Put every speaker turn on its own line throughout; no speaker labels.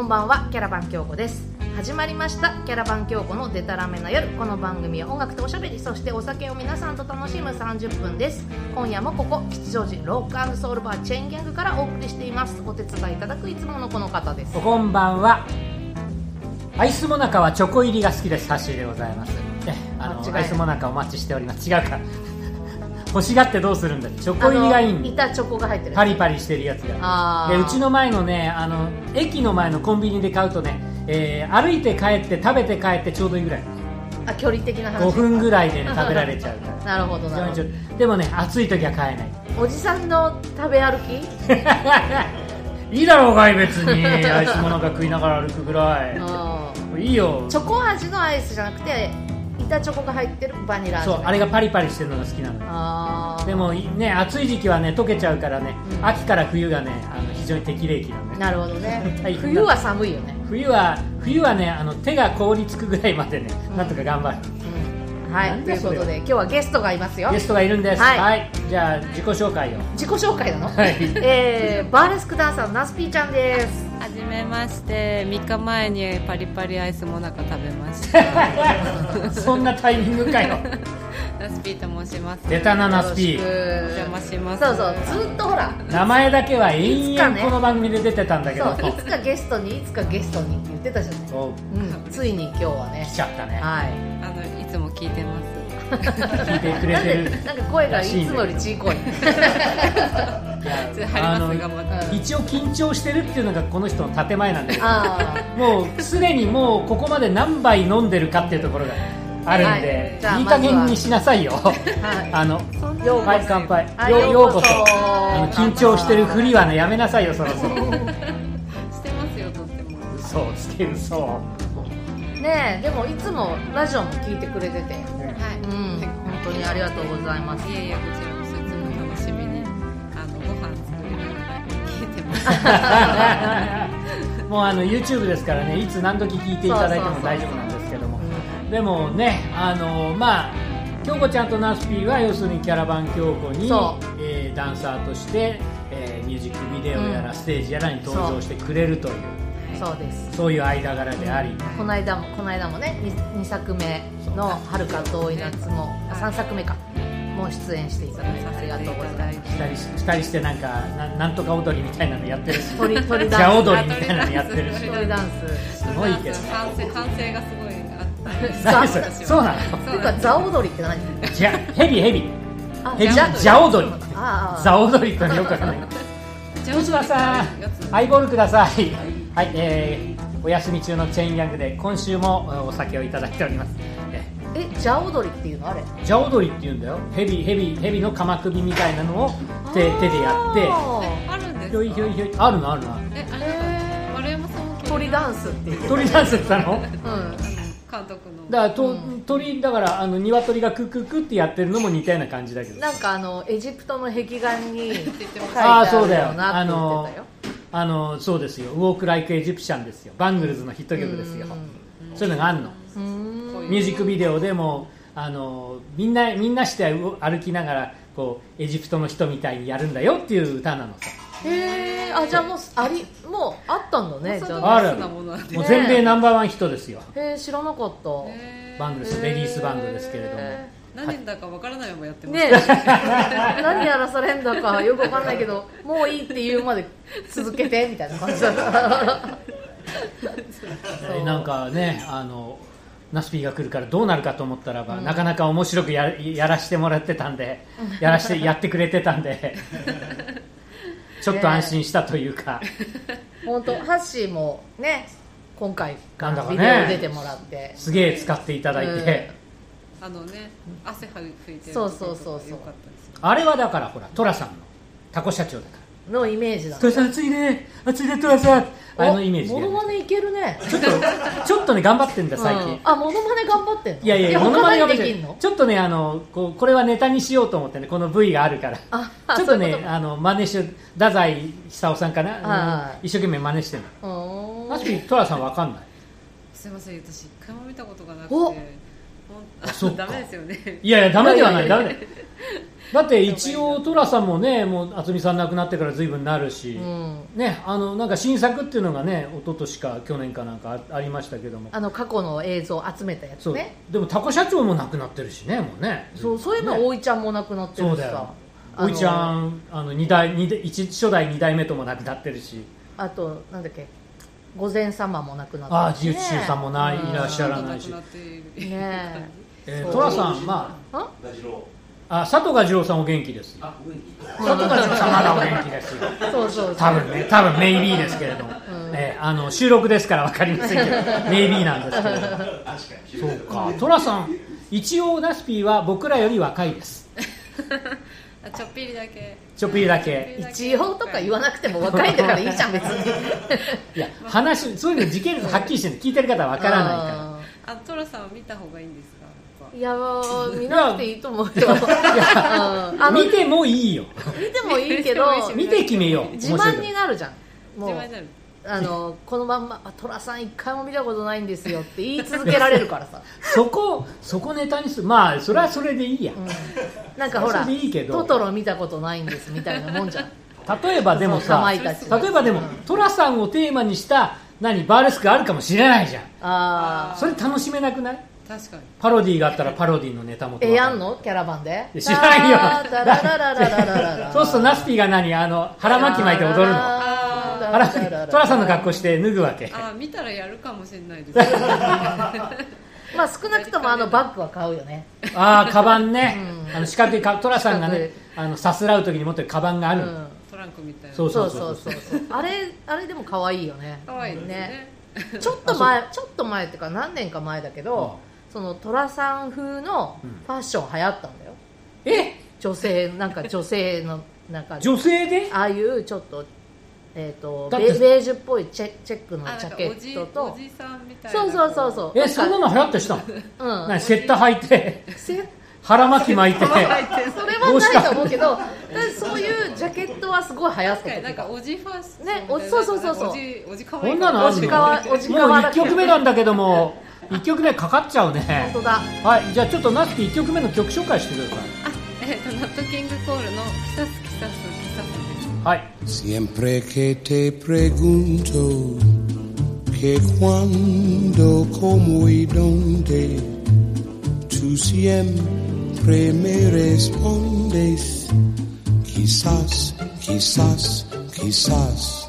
んばんはキャラバン京子です始まりましたキャラバン京子のデタラメな夜この番組は音楽とおしゃべりそしてお酒を皆さんと楽しむ30分です今夜もここ吉祥寺ロックソウルバーチェーンギャングからお送りしていますお手伝いいただくいつものこの方です
こんばんは。アイスモナカはチョコ入りが好きです。ハッシーでございます。ね、
間
あ
違い
の
な
ア
い
イスモナカお待ちしております。違うか。 欲しがってどうするんだ。チョコ入りがいいんだ。
板チョコが入ってる
パリパリしてるやつ
あ
が。で
ー
うちの前のね、あの駅の前のコンビニで買うとね、えー歩いて帰って食べて帰ってちょうどいいぐらい。
あ距離的な話
5分ぐらいでね食べられちゃう から。
なるほど
非
なる
常に
ほ
ちょ
ど
うどでもね、暑い時は買えない。
おじさんの食べ歩き
い いだろうがい別 にアイスモナカ食いながら歩くぐらい。
うん
いいよ
チョコ味のアイスじゃなくて板チョコが入ってるバニラ味
そうあれがパリパリしてるのが好きなの
あー
でもね暑い時期はね溶けちゃうからね、
うん
秋から冬がねあの非常に適齢期なのね
なるほどね、
はい
冬は寒いよね、
冬は冬はねあの手が凍りつくぐらいまでね、
うん
なんとか頑張る
うん、は
ない
と
ん
い
で
う
そ
こ
れ
とで今日はゲストがいますよ
ゲストがいるんです
はい
じゃあ自己紹介を
自己紹介なの、
はい
えー、バーレスクダンサーのナスピーちゃんです
はじめまして3日前にパリパリアイスもなか食べました
そんなタイミング かよ
ナスピーと申します
出たなナスピ
よ
ー
ろしく
お邪魔します
そうそうずっとほら
名前だけは延
いつかね
々この番組で出てたんだけど、
そういつかゲストにいつかゲストにって言ってたじゃない、
そう
うん、ついに今日はね
来ちゃったね
はい
あのいつも聞いてます
聞いてくれ
なん
て
で
る
なんか声がいつもよりちいこい
いや
ちょっと張りますがまた
うん
一応緊張してるっていうのがこの人の建前なんだけど
あ
もうすでにもうここまで何杯飲んでるかっていうところがあるん
はい
で、
じゃあ
い、い加減にしなさいよ
ーはい
あの
そんな
ようこそ
はい乾杯
あ
よ
よ
よ
う
う
こ
こ
そ
そあの緊張してるふりはねやめなさいよそろ そろ
してますよとっても
嘘をつけ 嘘を
ねえでもいつもラジオも聞いてくれてて
はい、
うん本当にありがとうございます
いやいやこちらこそいつも楽しみにあのご飯作りながら聞いて ます
もうあの YouTube ですからねいつ何時聞いていただいても大丈夫なんですけどもでもねあのまあ京子ちゃんとナスピーは要するにキャラバン京子に
そ、
えーダンサーとして、えーミュージックビデオやら、
うん
ステージやらに登場してくれるという
そうです
そういう間柄であり、
この間もこの間もね 2, 作目の「はるか遠い夏も」3作目かもう出演していただいてありがとうございます
二人し二人してなんかななんとか踊りみたいなのやってるし
鳥鳥
じゃ
ダ
あ
ンス
踊りみたいなのやってるし
鳥ダン
すごいけど
反省反省がすごいあった
ス
何 そ
ザ
れ
私は
そうなの
ていうかザ踊りって何
じゃヘビヘビ
あ
ヘビ
じゃ
じゃ踊り
ああ
ザ踊りってのよくわか んない
上
藤島さんハイボールくださいはい、えーお休み中のチェーンギャングで今週もえーお酒をいただいておりますえ
えじゃ踊りっていうのあれ
ーじゃ踊りって言うんだよヘビヘビヘビの鎌首みたいなのを手手でやって
て
あるんです
ひょいひょいひょいあるのあるの
えあれ丸山さんも
鳥ダンスっていう
鳥ダンスって言った
う
の
ん
監督の
だからと、
うん
鳥だからあの鶏がクククってやってるのも似たような感じだけど
なんかあのエジプトの壁画に書い
言って
て
ました
あ
あーそう
る
だよ
よなって言ってたよ
あのそうですよウォーク・ライク・エジプシャンですよバングルズのヒット曲ですよそういうのがあんの
うーん
こういう
ミュージックビデオでもあのみんなみんなして歩きながらこうエジプトの人みたいにやるんだよっていう歌なのさ
へえあじゃあもうありもうあったんだねじゃあ
ある
そんなものなんで
もう全米ナンバーワンヒットですよ
へえ知らなかった
へー
バングルズレディースバンドですけれども
へ
何だかわからないままやってます
ねえ 何やらされんだかよくわかんないけどもういいって言うまで続けてみたいな感じだった
えーなんかねあのナスピーが来るからどうなるかと思ったらば、なかなか面白くややらしてもらってたんでや らしてやってくれてたんでちょっと安心したというか、
本当ハッシーもね今回か
な
ら
んだか
ビ
ね
デオ出てもらって
すげえ使っていただいて、
あのね汗は拭いてる
そうそうそうそう
よかったですよ
あれはだからほら寅さんのタコ社長だか
のイメージだ
ら寅さん暑いね暑いね寅さんあのイメージ
モ
で
ノマネいけるね
ちょっとちょっとね頑張ってんだ最近、
うんあモノマネ頑張ってんの
いやいや、モノ
他
マネが
何
面
で
白
きん
い
の
ちょっとね、あの、こう、これはネタにしようと思ってね、この V があるから。
あ
ちょっ
そう
と
いう
ね
こ、と
あの、真似して、太宰久夫さんかな、
は
うん一生懸命真似してる
うーん
の。確かに、寅さんわかんない。
すいません私一回も見たことがなくて
お
ほんあ
そっか
ダメですよね
いやいや、ダメではないい、
や
ダ
いや
メ
い
だ
や
よ。だって一応寅さんもねもう渥美さん亡くなってから随分なるし、
うん
ねあのなんか新作っていうのがね一昨年か去年かなんかあありましたけども
あの過去の映像を集めたやつ
そう、
ね
でもタコ社長も亡くなってるしねもうね
そうそういえば
ね
おいちゃんも亡くなってる
そう
し
だよ
さ
おいちゃ
ん
んあの二代二代一初代2代目とも亡くなってるし
あとなんだっけ御前様も亡くなって
ああ
るし
自由中さんもない
うん
いらっしゃらない し
亡くっている
ねえ
え
そ
ー
う
寅、さんま
あ
ラジロ
ああ佐藤が二郎さんお元気です
あ、ごめんね
佐藤が二郎さんまだお元気ですよ
そうそうそう
多分ね多分メイビーですけれども、
ん
えーあの収録ですから分かりませんけど メイビーなんですけれども
確かに
そうか、トラさん、一応ナスピーは僕らより若いです。
あちょっぴりだけ
ちょっぴりだけ。
一応とか言わなくても若いんだからいいじゃん別に
いや、話、そういうの時系列はっきりしてる、聞いてる 方はわからないか
あトラさんは見た方がいいんですかやっぱ
いや見なくていいと思うよ、うん
ら。
あの
見てもいいよ。
見てもいいけど
見てもいいし
見て決めよう。
自
面白い
慢
か
になるじゃんも
自
う
慢になる
あのこのまんまあ「寅さん一回も見たことないんですよ」って言い続けられるからさ、
ら。そこ、そこネタにする。まあ、それはそれでいいや。
うん、なんかほら
それでいいけど
トトロ見たことないんです」みたいなもんじゃん
例えばで
そ
も
うか
さ
まいたち、
例えばでも
うん、
トラさんをテーマにした、何、バーレスクあるかもしれないじゃん。
ああ
それ楽しめなくない
確かに
パロディーがあったらパロディーのネタもとか
えやんのキャラバンで
知らんよ
ダララララララララ
そうするとナスピーが何あの腹巻き巻いて踊るの
あー
腹巻きトラさんの格好して脱ぐわけ
あ見たらやるかもしれないです あ
まあ少なくともあのバッグは買うよね
ああカバンね、あの四角いかトラさんが
四
ねあのさすらう時に持ってるカバンがあ
う
る、
ん
トランクみたいな
そう
そうそうそうそうあれあれでも可愛いよね
可愛いですね
ちょっと前ちょっと前っていうか何年か前だけど、その寅さん風の
うん
ファッション流行ったんだよ
え
女性なんか女性の中で
女性で
ああいうちょっと,、えー、と
だっ
ベ
て
ベージュっぽいチェチェックの
あ
ジ
な
ャ
んか
ケ
お
ッ
じ
ト
お
と
じさんみたいな
そうそうそうそう
えそんなの流行ってしたの
う
何
ん
セッタ履いて
せ
腹巻き巻いて
それ
ど
は
うし
な
た
いと思うけどだってそういうジャケットはすごい流行っ
確か
た
になん
時
か
が
おじファッション
ね
みたいな
そうそうそうそう
おじおじかわい
こ
い
んなのあ
お
る
じ
の
かわおじかわだ
もう
け
一曲目なんだけども一曲目かかっちゃう
本
ね
当だ
はいじゃあちょっとナスピー一曲目の曲紹介してください
あえっ、とナットキングコールの「キサスキサスキサス」です
はい
Siempre que te pregunto que cuándo, cómo y dónde, tú siempre me respondes, quizás, quizás, quizás.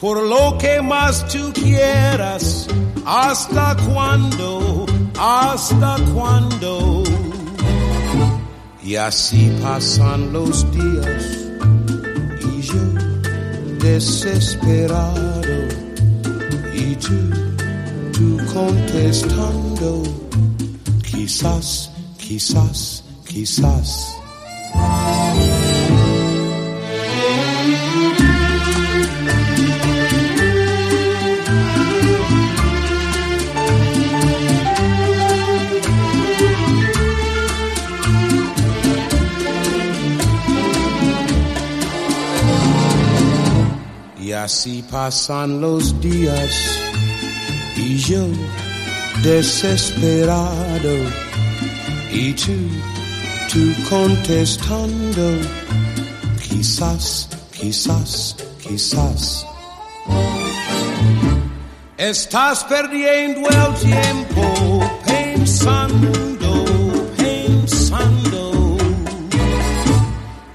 Por lo que más tú quieras, hasta cuándo, hasta cuándo. Y así pasan los días y yo desesperado y tú, tú contestando, quizás, quizás, quizás. Y así pasan los días y yo desesperado y tú, tú contestando, quizás, quizás, quizás. Estás perdiendo el tiempo pensando, pensando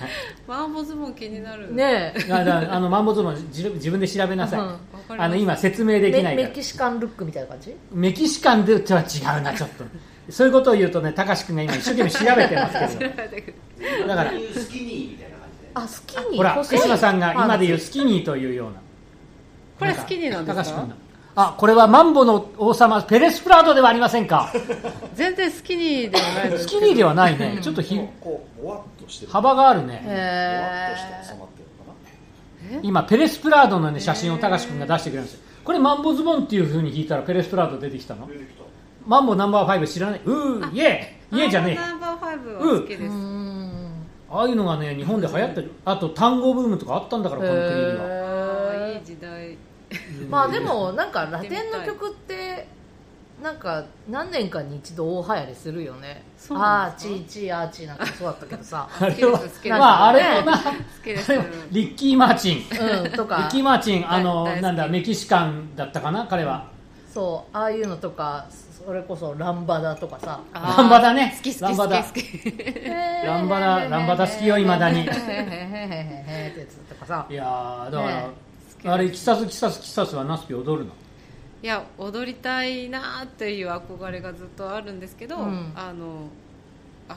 マンボズボン気になる
ねえ
だからあのマンボズボン自自分で調べなさい、
うんわ
かりました
あの今説明できない
メメ
から
キシカンルックみたいな感じ
メキシカンでは違うなちょっとそういうことを言うとね貴司君が今一生懸命調べて ますけどだから
スキニーみたいな感じで
あスキニー
ほら
細い
福島さんが今で言うスキニーというような
これスキニーなんですか
貴司君のあこれはマンボの王様ペレスプラードではありません か
全然スキニーではないです
ス
けど
キニーではないねちょっとひ
こうこうもわっとしてる
幅があるね
もわっ
へ
として
ー
収まってるのかな
今ペレスプラードの、ね、写真を高志君が出してくれるんですよこれマンボズボンっていうふうに弾いたらペレスプラード出てきたのマンボナンバー5知らないうーイエーイエーじゃねえ
ナンバーファイブは好きです、
うーん
ああいうのがね日本で流行ってるあと単語ブームとかあったんだからこの国には
あ
へ
ーいい時代
ーまあでもなんかラテンの曲ってなんか何年かに一度大流行りするよね
そうな
あ
ん
ー
です
チーチ
か
ーあーチーなんかそうだったけどさ
あれは
好きです好きです
まああれもな
好きです
あれもリッキー・マーチンリ
うんと
ッ
か
キー・マーチンあの
大好き
なんだメキシカンだったかな彼は
そうああいうのとかそれこそランバダとかさ
あー
ランバダね
好き好
ラ
き
ンバ
好
ダ
き好き
ラ
ランバダランバダ好きよ未だに
へーへーへーへーへーへーってやつとかさ
いやーだか
ね
らあれ「キサスキサスキサス」はナスピ踊るの
いや踊りたいなっていう憧れがずっとあるんですけど、
うん
あの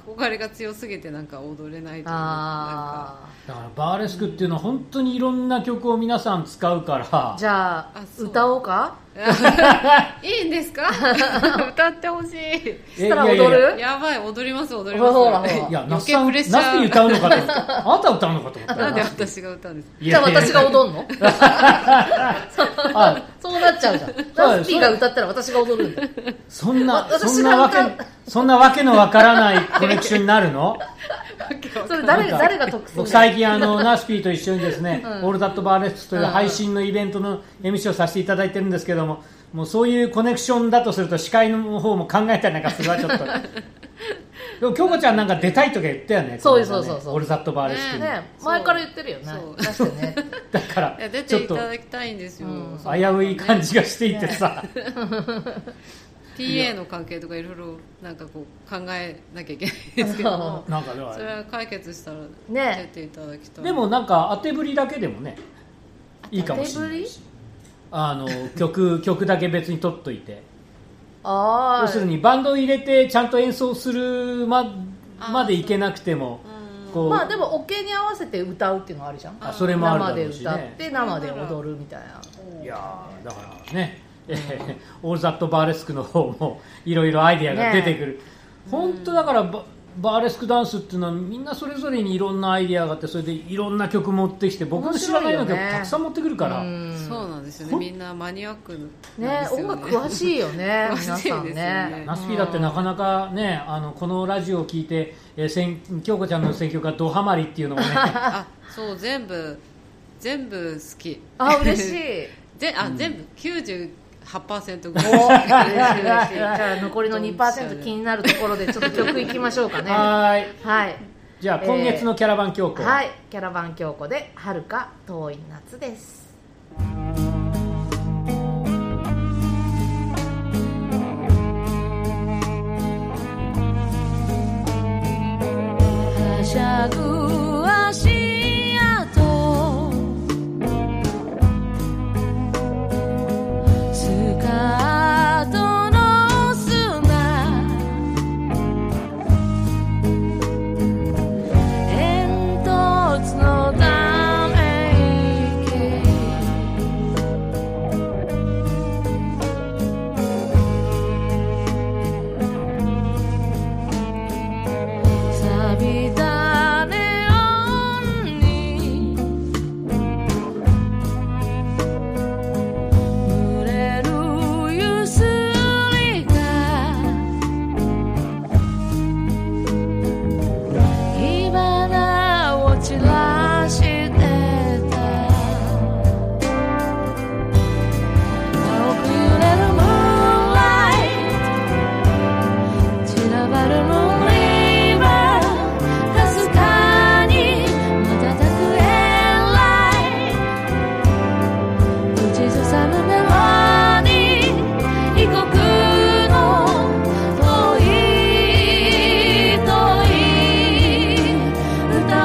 憧れが強すぎてなんか踊れないというか
あ
だからバーレスクっていうのは本当にいろんな曲を皆さん使うから
ーじゃあ
あそう
歌おうか
なんかいいんで すか歌ってほしい
そしたら
えいや
踊
いやいや
る
やばい踊ります踊ります
ほらほらほら
いや那
余
須さ
計
ん
プ
那
レッシャ
須に
ー
歌うのかと思ったあなた歌うのかと思った
なんで
よ
私が歌うんですか
い
じゃ
や
あ
いやいや
私が踊るの
あ
そうなっちゃうじゃんラスピーが歌ったら私が踊るんだよ
そんな
私が
そんなわ
歌う
けそんなわけのわからないコレクションになるの
それ誰
なんか
誰が得する
僕最近あのナスピーと一緒にですね「
うん
オールダットバーレスク」という配信のイベントの MC をさせていただいてるんですけどももうそういうコネクションだとすると司会の方も考えたりなんかするわちょっと でも京子ちゃんなんか出たいとか言ったよね
そう
この間
そう
ね
そうそう
オールダットバーレスク」に、
ね
そう
前から言ってるよね
そう
出してねって
だから
いや出
ちょ
て
っ
い
と
ただきたいんですよ、
うん
その
危うい感じがしていてさ、
PA の関係とかいろいろなんかこう考えなきゃいけないですけど も
なんかでは
それは解決したら出
ね
ていただきたい、
でもなんか当てぶりだけでもねいいかもしれない
縦振り
あの曲曲だけ別に取っといて
ああ
要するにバンドを入れてちゃんと演奏するままでいけなくてもこう
まあでもオケに合わせて歌うっていうのはあるじゃん
あそれもあるだ
生で
ろうし
歌っ
ね
て生で踊るみたいない
やーだからね、 えーオールザットバーレスクの方もいろいろアイデアが出てくる、本当だからババーレスクダンスっていうのはみんなそれぞれにいろんなアイデアがあってそれでいろんな曲持ってきて僕の知らないような
面白いよ
曲
ね
たくさん持ってくるから、
うん
そうなんですよねみんなマニアックなんですよね
ね音楽詳しいよね
詳しい
皆
です
さ
よね
んね
ナスピだってなかなかねあのこのラジオを聞いて、えー、せん京子ちゃんの選曲がドハマりっていうの もね
あそう全部全部好き
あ 嬉しい
ぜあ、全部98%ぐ
お
ら
嬉し
い
い嬉しいじゃあ 残りの2%気になるところでちょっと曲いきましょうかねは
はーい
い
じゃあ今月のキャラバン京子、
はいキャラバン京子で「はるか遠い夏」です
はしゃぐ足跡スカートの砂煙突のため池錆びたネオンに濡れるゆすりが火花を散らしてた青く揺れるムーンライト散らばるもんリバーかすかに瞬くエンライト打ちずさむメロディー異国の遠い遠い歌を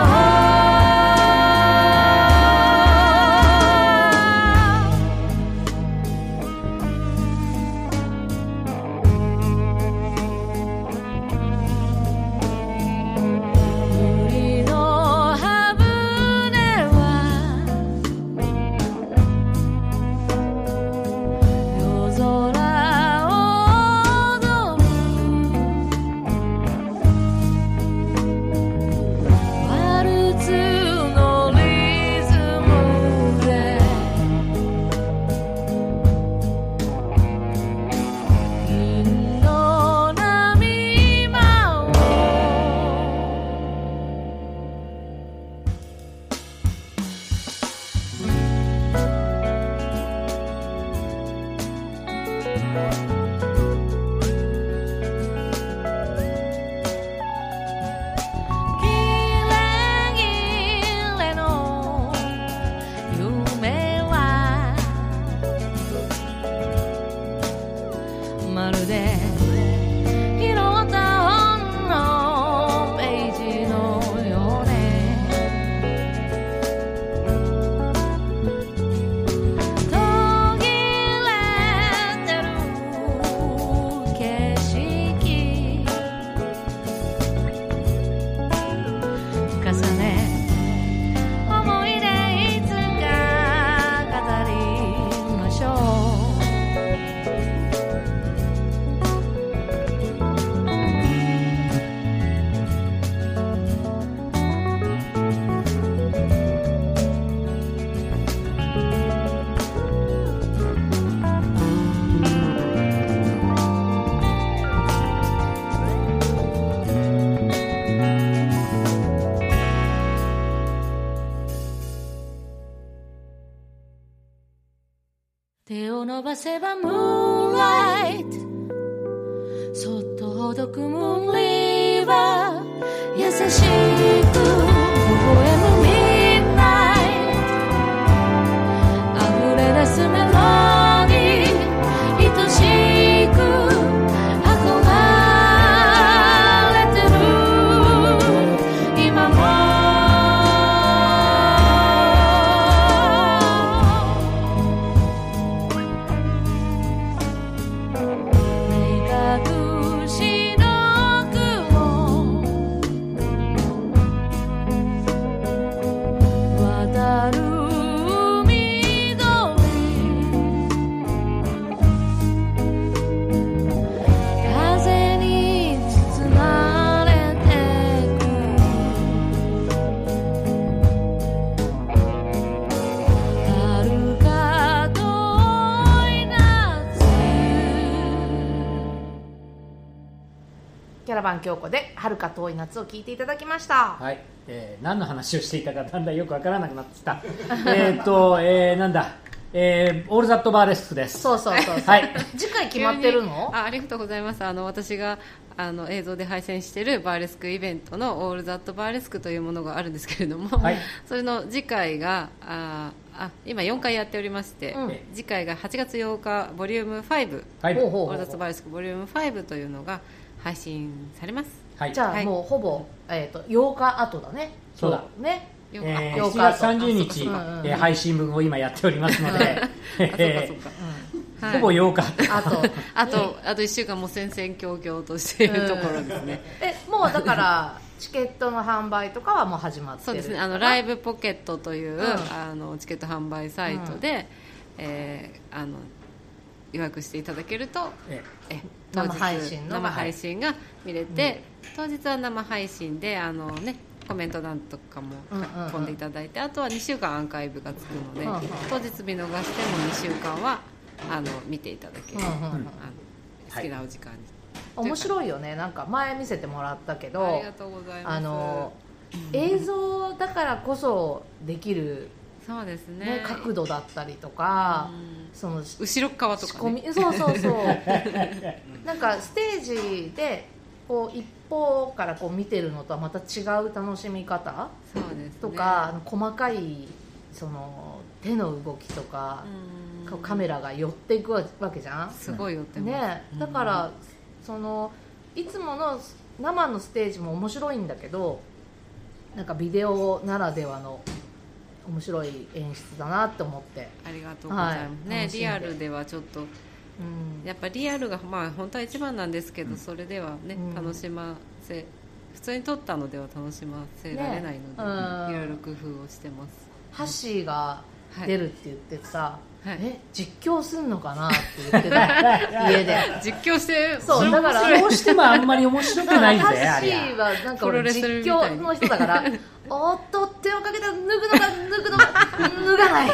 手を伸ばせばムーンライトそっとほどくムーンリーバー優しく微笑むミッドナイト溢れ出すメロディー愛しく憧れてる今も目隠し毒を渡る海鳥風に包まれてく遥か遠い夏
キャラバン京子で「遥か遠い夏」を聞いていただきました、
はい、えー何の話をしていたかだんだんよくわからなくなってきた えっと、えーなんだ、えーオールザットバーレスクです
そうそうそうそう、
はい
次回決まってるの
急にあありがとうございますあの私があの映像で配信しているバーレスクイベントの「オール・ザット・バーレスク」というものがあるんですけれども、
はい
それの次回があーあ今4回やっておりまして、
うん
次回が8月8日ボリューム5「
はい
ほうほう
オール・ザット・バーレスク」ボリューム5というのが配信されます
はい
じゃあ、
はい
もうほぼ、えー、と8日後だね
そうだ
ね
え
よ
ー、
よ
7
かっ
月
た
30日、
あそうかそうかうんうん
えー配信分を今やっております ので、
あそうかそ うか、
えー
はい
ほぼ8日
あと
あとあと1週間も戦々恐々としているところですね、
えもうだからチケットの販売とかはもう始まってる
そうですねあのライ
ブ
ブポケットという、
ん
あのチケット販売サイトで、えーあの予約していただけると
え
えー
生配信の
生配信が見れて、当日は生配信であの、ね、コメント欄とかも
うんうんうん
飛んでいただいて、あとは2週間アンカイブがつくので、
うんうん
当日見逃しても2週間はあの見ていただける、
うんうんうん
あの好きなお時間に、
面白いよねなんか前見せてもらったけ
あ
ど
りがとうございます
あの映像だからこそできる、
そうですね
ね角度だったりとか、
うん
その
後ろ側と
仕
か、
込
ね
み、そうそうそう なんかステージでこう一方からこう見てるのとはまた違う楽しみ方
そうです、ね、
とか、あの細かいその手の動きとか、こうカメ
ラ
ラが寄っていくわけじゃん
すごい寄ってます、
ね
うん
だから、そのいつもの生のステージも面白いんだけどなんかビデオならではの面白い演出だなって思って、
ありがとうございます、
はい
ね
楽しんで
リアルではちょっと
うん、
やっぱリアルがまあ本当は一番なんですけど、それではね、
うん
楽しませ普通に撮ったのでは楽しませられないので、
ねうん
いろいろ工夫をしてます
ハッシーが
はい
出るって言ってさ、
はい
え実況すんのかなって言って た家で
実況して
そう
れも
だから
どうしてもあんまり面白くない ぜ
ハ
あ
ッシ
りゃ
ーはなんか
プロ
俺
レ
実
スラーみたい
況の人だからおっと手をかけた脱ぐのか脱ぐのか脱がない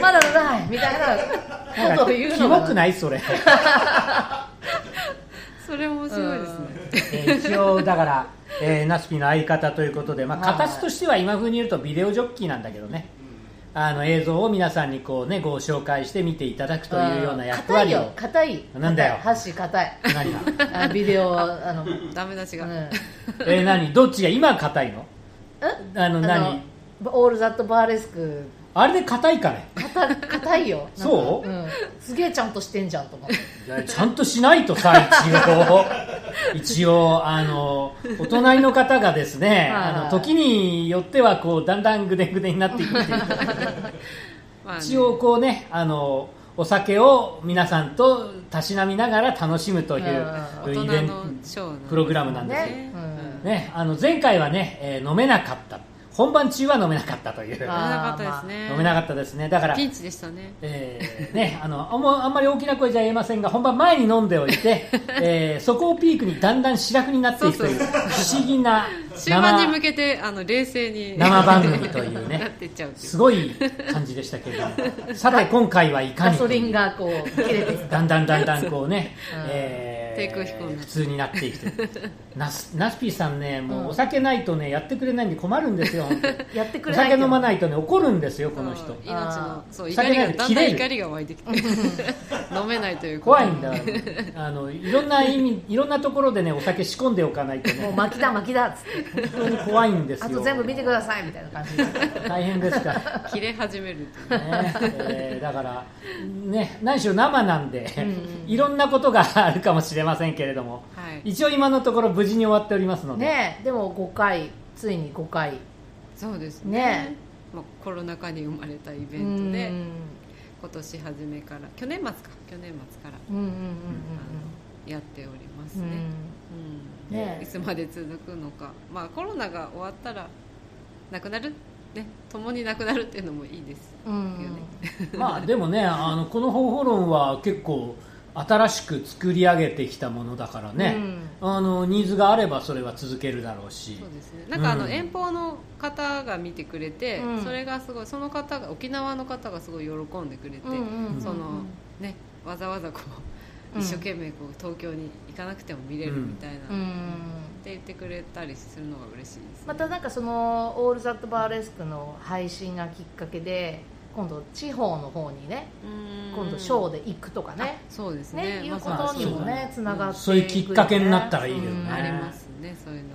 まだ脱がないみたいなこ
なん
とを
か
言う
キ
の
モく
い
ないそれ
それ面白いですね
えー一応だから、えーナスピの相方ということで、まあ、
はい
形としては今風に言うとビデオジョッキーなんだけどね、あの映像を皆さんにこう、ね、ご紹介して見ていただくというような役割を
硬いよ硬い
なんだよ
硬いハッシー硬い
何が、
あビデオあの、うん、
ダメ出しが、
えー何どっちが今硬いのあの何
あのオールザットバーレスク
あれで硬いかね
硬硬いよなんか、
そうん
すげえちゃんとしてんじゃんと思って
いやちゃんとしないとさ一応一応あのお隣の方がですね
はい
あの時によってはこうだんだんぐでんぐでんになっていくっていう
まあね
一応こうねあのお酒を皆さんとたしなみながら楽しむという
うん
大
イベ
人
ン
のショーなんで
プログラムなんですよ、ね
ね、うん
あの前回はね、えー飲めなかった本番中は飲めなかったという
飲
飲
めなかったですね、
めなかったですねだから
ピンチでしたね
えーね、あのあんまあんまり大きな声じゃ言えませんが本番前に飲んでおい て、えーそこをピークにだんだん白くになっていくという
そう
不思議な
終盤に向
生
けてあの冷静に
生番組という ね
なってっちゃうっていう
すごい感じでしたけれどもさて今回はいか
ガ
に
ソリンがこう切れていく
だんだんだんだんこうね、
うん
え
低空飛行になっ
普
て
通になっていくというナスナスピーさんねもうお酒ないとねやってくれないんで困るんですよ本当に
やってく
お
れない
酒
けど
飲まないとね怒るんですよこの人
うん命
あ
のそう
お
怒
酒
り
な
が
んか
だ
切
んだ
れ
ん
る
怒りが湧いてきて 飲めないという
怖い
ん
ん だあのいろんな意味いろんなところでねお酒仕込んでおかないと
もう
ね
巻きだ巻きだっつって
本当に怖いんですよ
あと全部見てくださいみたいな感じで
大変です から
切れ始めるという
ねえーだから、ね、何しろ生なんで、いろんなことがあるかもしれませんけれども、
はい
一応今のところ無事に終わっておりますので、
ねえでも5回ついに5回
そうですね
ね
まあ、コロナ禍に生まれたイ
え
ベントで
うん
今年初めから去年末か去年末から
うんうん
やっております
うんうんう
ね、
ん
うん
ねえ
いつまで続くのか、まあ、コロナが終わったらなくなるね共になくなるっていうのもいいです
うん
まあでもねあのこの方法論は結構新しく作り上げてきたものだからね、あのニーズがあればそれは続けるだろうし
そうですねなんかあの、
うん
遠方の方が見てくれて、
うん
それがすごいその方が沖縄の方がすごい喜んでくれて、
うんうんうん
そのねわざわざこ
う
う
ん
一生懸命こう東京に行かなくても見れるみたいな、
う
って
ん
言ってくれたりするのが嬉しいですね、
またなんかその「オール・ザ・ット・バーレスク」の配信がきっかけで今度地方の方にね
うん
今度ショーで行くとかね
あそうですね
ねいうこ
ま
と
さ
にもねつながっていく
そういうきっかけになったらいいよね
うん
ありますねそういうのも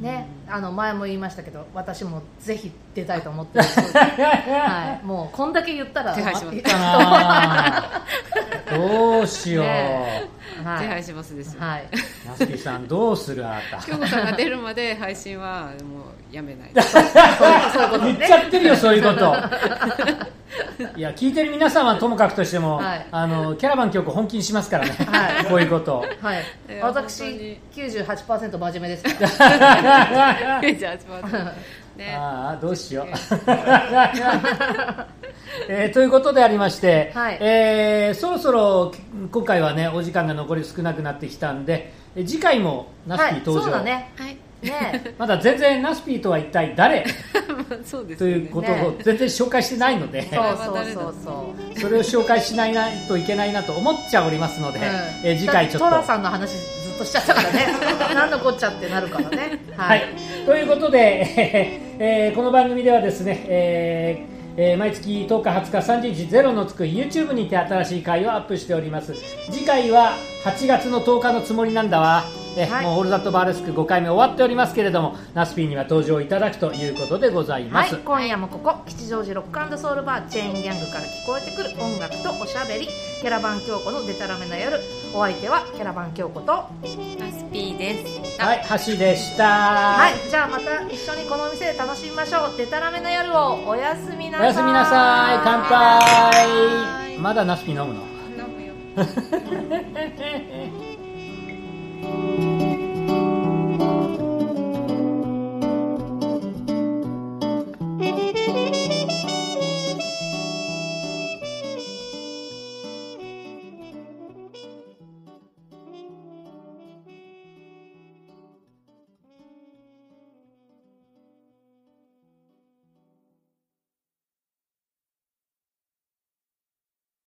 ね、
うん
あの前も言いましたけど私もぜひ出たいと思ってる、 はい、もうこんだけ言ったら
手配します
い
だなあどうしよう、
ね
手
は
配
い、
しますですよ、
はい、
ナスピさんどうするあなた
京子さんが出るまで配信はもうや めない
そういうこと
言っちゃってるよそういうこといや聞いてる皆さんはともかくとしても、
はい
あのキャラバン曲本気にしますからね、
はい
こうい うことを
はい
い、や本当
私
に
98%真面目ですから
あ
じゃあ集まっ てね
あどうしようえーということでありまして、
はい
えーそろそろ今回はねお時間が残り少なくなってきたんでえ次回もナス
は
ピ
い
ー、登
そう
場、
だね
はい
ね
まだ全然ナスピーとは一体 誰
まあそうです
ということを全然紹介してないので、
そうそうそうそう
それを紹介しないなといけないなと思っちゃおりますので、
うん
えー次回ちょっと。
トラさんの話ずっとしちゃったから ね何のこっちゃってなるからね
は、
はい
ということで、 えーえーこの番組ではですね、えーえー毎月10日、20日、30日、ゼロのつく YouTube にて新しい回をアップしております。次回は8月の10日のつもりなんだわ。えー
はい
もうオールザットバーレスク5回目終わっておりますけれども、ナスピーには登場いただくということでございま
はい
す。、
今夜もここ吉祥寺ロックソウルバーチェーンギャングから聞こえてくる音楽とおしゃべりキャラバン京子のデタラメな夜お相手はキャラバン京子とは
ナスピーです
はい、橋でした。
いじゃあまた一緒にこのお店で楽しみましょうデタラメな夜をおやすみな
お
さい
やすみなさい。乾杯。まだナスピー飲むの
飲むよ
Hey, hey, hey.